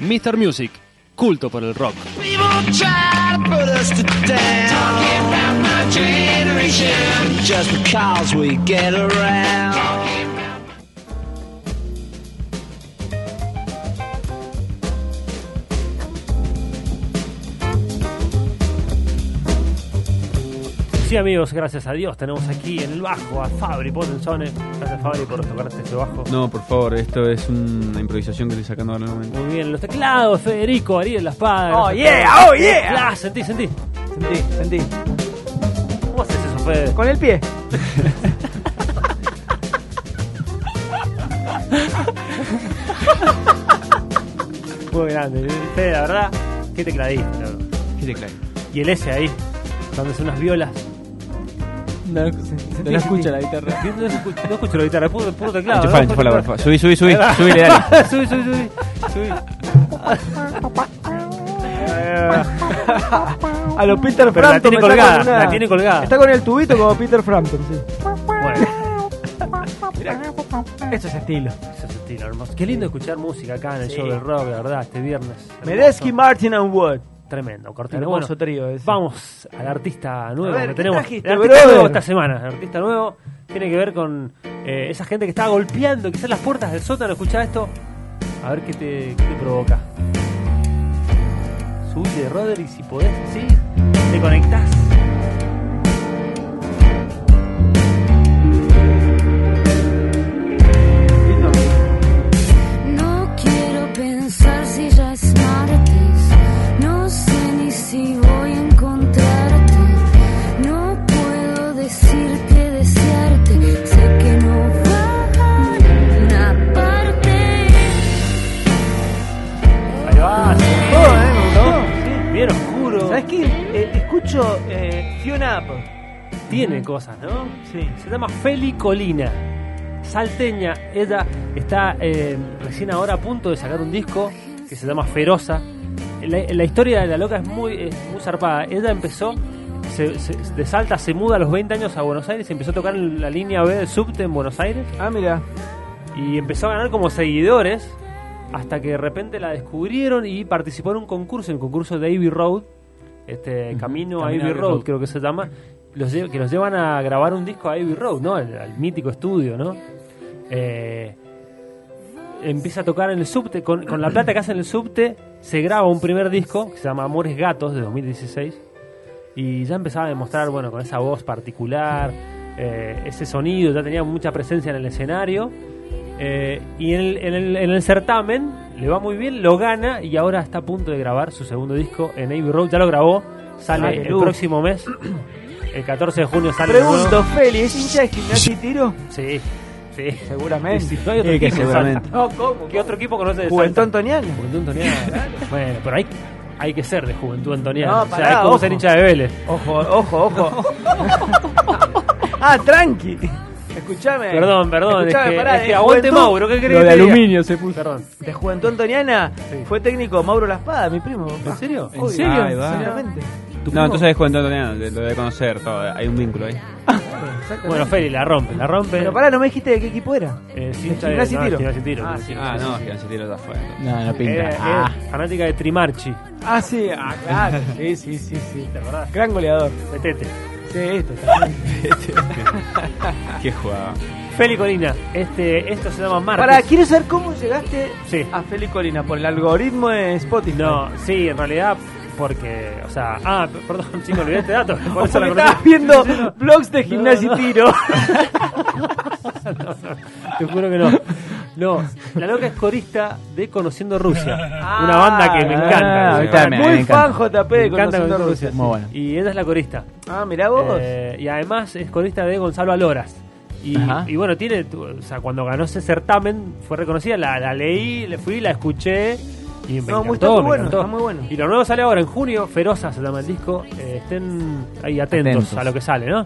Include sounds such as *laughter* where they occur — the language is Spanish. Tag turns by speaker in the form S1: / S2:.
S1: Mr. Music, culto por el rock.
S2: People try to put us to down. Talking about my generation. Just because we get around.
S3: Sí, amigos, gracias a Dios tenemos aquí en el bajo a Fabri Potenzone. Gracias, Fabri, por tocarte este bajo.
S4: No, por favor, esto es una improvisación que estoy sacando ahora en el momento.
S3: Muy bien, los teclados, Federico, Ariel La Espada.
S5: Oh,
S3: gracias a
S5: yeah,
S3: todos.
S5: oh, yeah.
S3: Claro, sentí, sentí.
S5: Sentí, sentí.
S3: ¿Cómo haces eso, Fede?
S5: Con el pie.
S3: *laughs* Muy grande. Fede, la verdad, qué tecladista. bro.
S4: ¿Qué teclado?
S3: Y el S ahí, cuando son unas violas.
S5: No,
S3: no escucha la
S5: guitarra.
S3: No escucho, no escucho la guitarra, puro, puro teclado.
S4: Enchufá,
S3: ¿no?
S4: enchufá la
S3: Puro
S4: barfa. Subí, subí, subí.
S3: Ahí va.
S4: Subile, dale.
S3: *laughs* subí, subí, subí. subí.
S5: A los Peter
S3: Pero la
S5: Frampton.
S3: tiene
S5: me sacan
S3: colgada, la tiene colgada.
S5: Está con el tubito como Peter Frampton, sí.
S3: bueno,
S5: Eso es estilo.
S3: eso es estilo hermoso. Qué lindo escuchar música acá en el
S5: Sí.
S3: show del rock, la verdad, este viernes.
S5: Medeski, Martin and Wood.
S3: Tremendo, cortito.
S5: Hermoso
S3: Bueno,
S5: trío ese.
S3: Vamos al artista nuevo
S5: A
S3: que
S5: ver, ¿qué
S3: tenemos.
S5: trajiste,
S3: el artista
S5: brother?
S3: nuevo esta semana. El artista nuevo tiene que ver con eh, esa gente que estaba golpeando quizás las puertas del sótano. Escucha esto. A ver qué te, qué te provoca. Subite, Roderick, si podés. Sí, te conectás.
S6: No quiero pensar si ya es martes. No sé ni si voy a encontrarte. No puedo decirte, desearte. Sé que no va a ninguna parte.
S3: Ahí va. se
S5: Oh,
S3: fue.
S5: eh, me gustó.
S3: Sí, Bien oscuro.
S5: ¿Sabes qué? Eh, escucho eh, Fiona Apple.
S3: Tiene cosas, ¿no?
S5: Sí.
S3: Se llama Feli Colina. Salteña, ella está eh, recién ahora a punto de sacar un disco que se llama Feroza. La, la historia de la loca es muy, es muy zarpada. Ella empezó se- se- de Salta, se muda a los 20 años a Buenos Aires, empezó a tocar en la línea B del subte en Buenos Aires
S5: Ah, mira.
S3: y empezó a ganar como seguidores hasta que de repente la descubrieron y participó en un concurso, en el concurso de Abbey Road, este Camino, a
S4: Camino
S3: Abbey
S4: Abbey
S3: Road,
S4: Road.
S3: creo que se llama, los lle- que los llevan a grabar un disco a Abbey Road, ¿no? Al, al mítico estudio, ¿no? Eh, empieza a tocar en el subte, con, con la plata que hace en el subte, se graba un primer disco que se llama Amores Gatos de 2016 y ya empezaba a demostrar, bueno, con esa voz particular, eh, ese sonido, ya tenía mucha presencia en el escenario. eh, y en el, en el- en el certamen le va muy bien, lo gana y ahora está a punto de grabar su segundo disco en Abbey Road. Ya lo grabó, sale
S5: Ah, qué
S3: el
S5: luz.
S3: próximo
S5: *clears throat*
S3: mes, el 14 de junio sale. de nuevo.
S5: Pregunto, Feli, ¿es hincha de gimnasia y tiro?
S3: Sí, sí. Y
S5: Seguramente.
S3: si no hay otro
S4: Eh, que
S3: equipo, de Salta.
S4: seguramente.
S3: No, ¿cómo? ¿Qué otro equipo conoce de
S5: Juventud
S3: Salta?
S5: Antoniana.
S3: Juventud Antoniana. bueno, pero hay, hay que ser de Juventud Antoniana.
S5: No,
S3: o sea,
S5: pará,
S3: es como
S5: ojo.
S3: ser hincha de Vélez.
S5: Ojo, ojo, ojo. ah, tranqui. Escuchame.
S3: Perdón, perdón, es
S5: Escuchame,
S3: que,
S5: pará,
S3: es que
S5: de
S3: aguante
S5: Juventud-
S3: Mauro, ¿qué crees?
S4: Lo de
S3: que te diga?
S4: aluminio se puso.
S3: Perdón.
S5: De Juventud Antoniana
S3: Sí.
S5: fue técnico Mauro La Espada, mi primo.
S3: ¿En serio?
S4: ¿En serio? Ahí va.
S5: Sinceramente.
S4: No, entonces es cuento Antoniano, lo voy a conocer todo, hay un vínculo ahí.
S3: Bueno, Feli, la rompe, la rompe.
S5: Pero pará, no me dijiste de qué equipo era.
S3: Eh, sí,
S5: de
S3: hincha de-
S5: Gimnasia y
S3: no,
S5: Tiro.
S3: Gimnasia y Tiro.
S5: Ah,
S3: sí.
S4: Ah, no, que se tiró ya fue.
S7: No, no pinta.
S3: Era- era
S7: Ah.
S3: fanática de Trimarchi.
S5: Ah, sí, ah, *laughs* claro. Sí, sí, sí, sí.
S3: La verdad,
S5: Gran goleador.
S3: metete.
S5: Sí, esto también.
S4: Qué jugada.
S3: Feli Colina, este, esto se llama Martes.
S5: Pará, quiero saber cómo llegaste
S3: Sí.
S5: a Feli Colina por el algoritmo de Spotify.
S3: No, sí, en realidad, porque, o sea, ah, p- perdón, *laughs* sí, me olvidé este dato. Por
S5: O
S3: eso la conocí.
S5: porque estabas viendo
S3: Sí, sí, no.
S5: blogs de gimnasia
S3: no.
S5: y tiro.
S3: *laughs* Te juro que no. No, la loca es corista de Conociendo Rusia. una
S5: Ah,
S3: banda que me encanta.
S7: ah,
S3: que se
S7: ahorita
S3: llama-
S7: me-
S5: Muy fan
S7: encanta.
S5: JP
S3: me
S5: de
S3: encanta
S5: Conociendo
S3: Conociendo
S5: Rusia.
S7: Muy bueno.
S3: Y ella es la corista.
S5: Ah, mirá vos.
S3: Eh, y además es corista de Gonzalo Aloras. Y,
S7: Ajá.
S3: y bueno, tiene, tu- o sea, cuando ganó ese certamen fue reconocida, la, la leí, le fui, la escuché y me encantó,
S5: No, muy- está muy
S3: me
S5: bueno,
S3: encantó.
S5: está muy bueno.
S3: Y lo nuevo sale ahora en junio, Feroza se llama el disco, eh, estén ahí atentos
S7: Atentos.
S3: a lo que sale, ¿no?